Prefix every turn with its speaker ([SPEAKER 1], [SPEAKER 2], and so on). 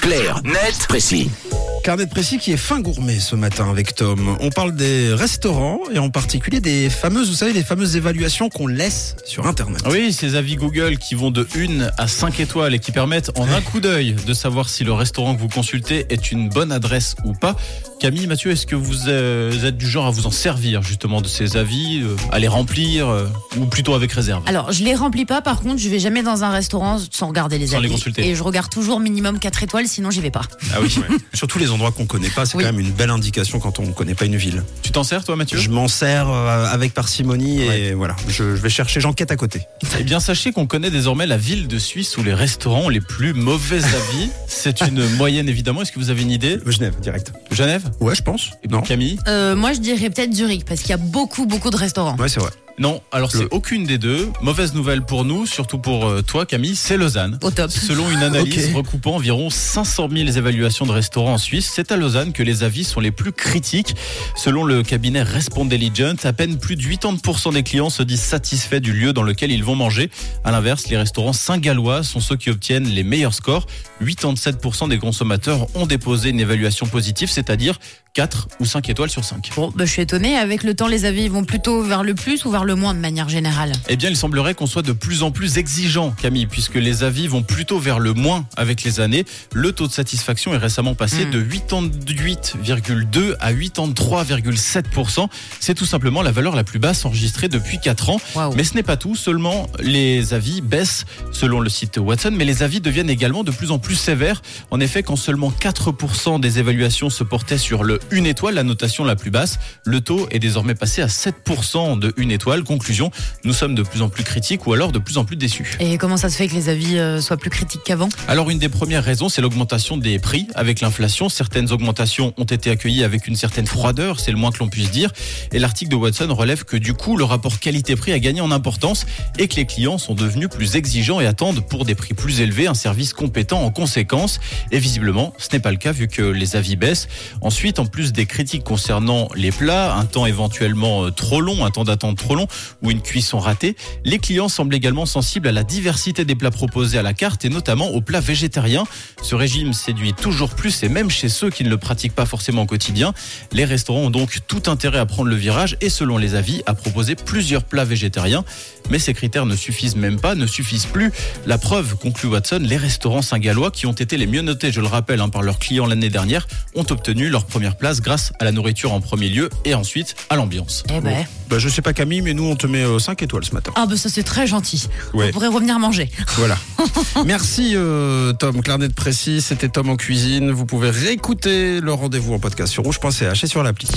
[SPEAKER 1] Clair, net, précis.
[SPEAKER 2] Carnet de précis qui est fin gourmet ce matin avec Tom. On parle des restaurants et en particulier des fameuses, vous savez, les fameuses évaluations qu'on laisse sur Internet.
[SPEAKER 3] Oui, ces avis Google qui vont de 1 à 5 étoiles et qui permettent en un coup d'œil de savoir si le restaurant que vous consultez est une bonne adresse ou pas. Camille, Mathieu, est-ce que vous euh, êtes du genre à vous en servir justement de ces avis, euh, à les remplir euh, ou plutôt avec réserve
[SPEAKER 4] Alors, je les remplis pas, par contre, je vais jamais dans un restaurant sans regarder les
[SPEAKER 3] Sans
[SPEAKER 4] avis.
[SPEAKER 3] les consulter.
[SPEAKER 4] Et je regarde toujours minimum 4 étoiles, sinon j'y vais pas.
[SPEAKER 3] Ah oui,
[SPEAKER 2] Surtout les endroits qu'on connaît pas, c'est
[SPEAKER 4] Oui.
[SPEAKER 2] quand même une belle indication quand on ne connaît pas une ville.
[SPEAKER 3] tu t'en sers toi Mathieu
[SPEAKER 2] Je m'en sers euh, avec parcimonie et voilà, je, je vais chercher j'enquête à côté.
[SPEAKER 3] Eh bien, sachez qu'on connaît désormais la ville de Suisse où les restaurants ont les plus mauvais avis. C'est une moyenne, évidemment. Est-ce que vous avez une idée
[SPEAKER 2] Genève, direct.
[SPEAKER 3] Genève
[SPEAKER 2] Ouais, je pense.
[SPEAKER 3] Et
[SPEAKER 2] Non.
[SPEAKER 3] donc Camille
[SPEAKER 4] Euh, moi, je dirais peut-être Zurich, parce qu'il y a beaucoup, beaucoup de restaurants.
[SPEAKER 2] Ouais, c'est vrai.
[SPEAKER 3] Non, alors
[SPEAKER 2] Le-
[SPEAKER 3] c'est aucune des deux. Mauvaise nouvelle pour nous, surtout pour euh, toi Camille, c'est Lausanne.
[SPEAKER 4] Au top.
[SPEAKER 3] Selon une analyse
[SPEAKER 2] Ok.
[SPEAKER 3] recoupant environ 500 000 évaluations de restaurants en Suisse, c'est à Lausanne que les avis sont les plus critiques. Selon le cabinet Respondeligent, à peine plus de 80% des clients se disent satisfaits du lieu dans lequel ils vont manger. À l'inverse, les restaurants saint-gallois sont ceux qui obtiennent les meilleurs scores. 87% des consommateurs ont déposé une évaluation positive, c'est-à-dire 4 ou 5 étoiles sur 5.
[SPEAKER 4] Bon, bah, je suis étonnée. Avec le temps, les avis vont plutôt vers le plus ou vers le moins de manière générale.
[SPEAKER 3] Eh bien, il semblerait qu'on soit de plus en plus exigeant, Camille, puisque les avis vont plutôt vers le moins avec les années. Le taux de satisfaction est récemment passé
[SPEAKER 4] Mm.
[SPEAKER 3] de 88,2 à 83,7 C'est tout simplement la valeur la plus basse enregistrée depuis 4 ans.
[SPEAKER 4] Waouh.
[SPEAKER 3] Mais ce n'est pas tout, seulement les avis baissent selon le site Watson, mais les avis deviennent également de plus en plus sévères. En effet, quand seulement 4% des évaluations se portaient sur le 1 étoile, la notation la plus basse, le taux est désormais passé à 7% de 1 étoile. Conclusion, nous sommes de plus en plus critiques ou alors de plus en plus déçus.
[SPEAKER 4] Et comment ça se fait que les avis euh, soient plus critiques qu'avant
[SPEAKER 3] Alors une des premières raisons, c'est l'augmentation des prix avec l'inflation. Certaines augmentations ont été accueillies avec une certaine froideur, c'est le moins que l'on puisse dire. Et l'article de Watson relève que du coup, le rapport qualité-prix a gagné en importance et que les clients sont devenus plus exigeants et attendent pour des prix plus élevés un service compétent en conséquence. Et visiblement, ce n'est pas le cas vu que les avis baissent. Ensuite, en plus des critiques concernant les plats, un temps éventuellement euh, trop long, un temps d'attente trop long ou une cuisson ratée, les clients semblent également sensibles à la diversité des plats proposés à la carte et notamment aux plats végétariens. Ce régime séduit toujours plus et même chez ceux qui ne le pratiquent pas forcément au quotidien. Les restaurants ont donc tout intérêt à prendre le virage et selon les avis à proposer plusieurs plats végétariens. Mais ces critères ne suffisent même pas, ne suffisent plus. La preuve, conclut Watson, les restaurants saint-gallois qui ont été les mieux notés, je le rappelle, hein, par leurs clients l'année dernière, ont obtenu leur première place grâce à la nourriture en premier lieu et ensuite à l'ambiance.
[SPEAKER 4] Eh ben.
[SPEAKER 2] Bah, je sais pas Camille, mais nous on te met 5 étoiles ce matin.
[SPEAKER 4] Ah, bah, ça, c'est très gentil.
[SPEAKER 2] Ouais.
[SPEAKER 4] On pourrait revenir manger.
[SPEAKER 2] Voilà. Merci euh, Tom, Clarnet de Précis, c'était Tom en cuisine. Vous pouvez réécouter le rendez-vous en podcast sur rouge.ch et sur l'appli.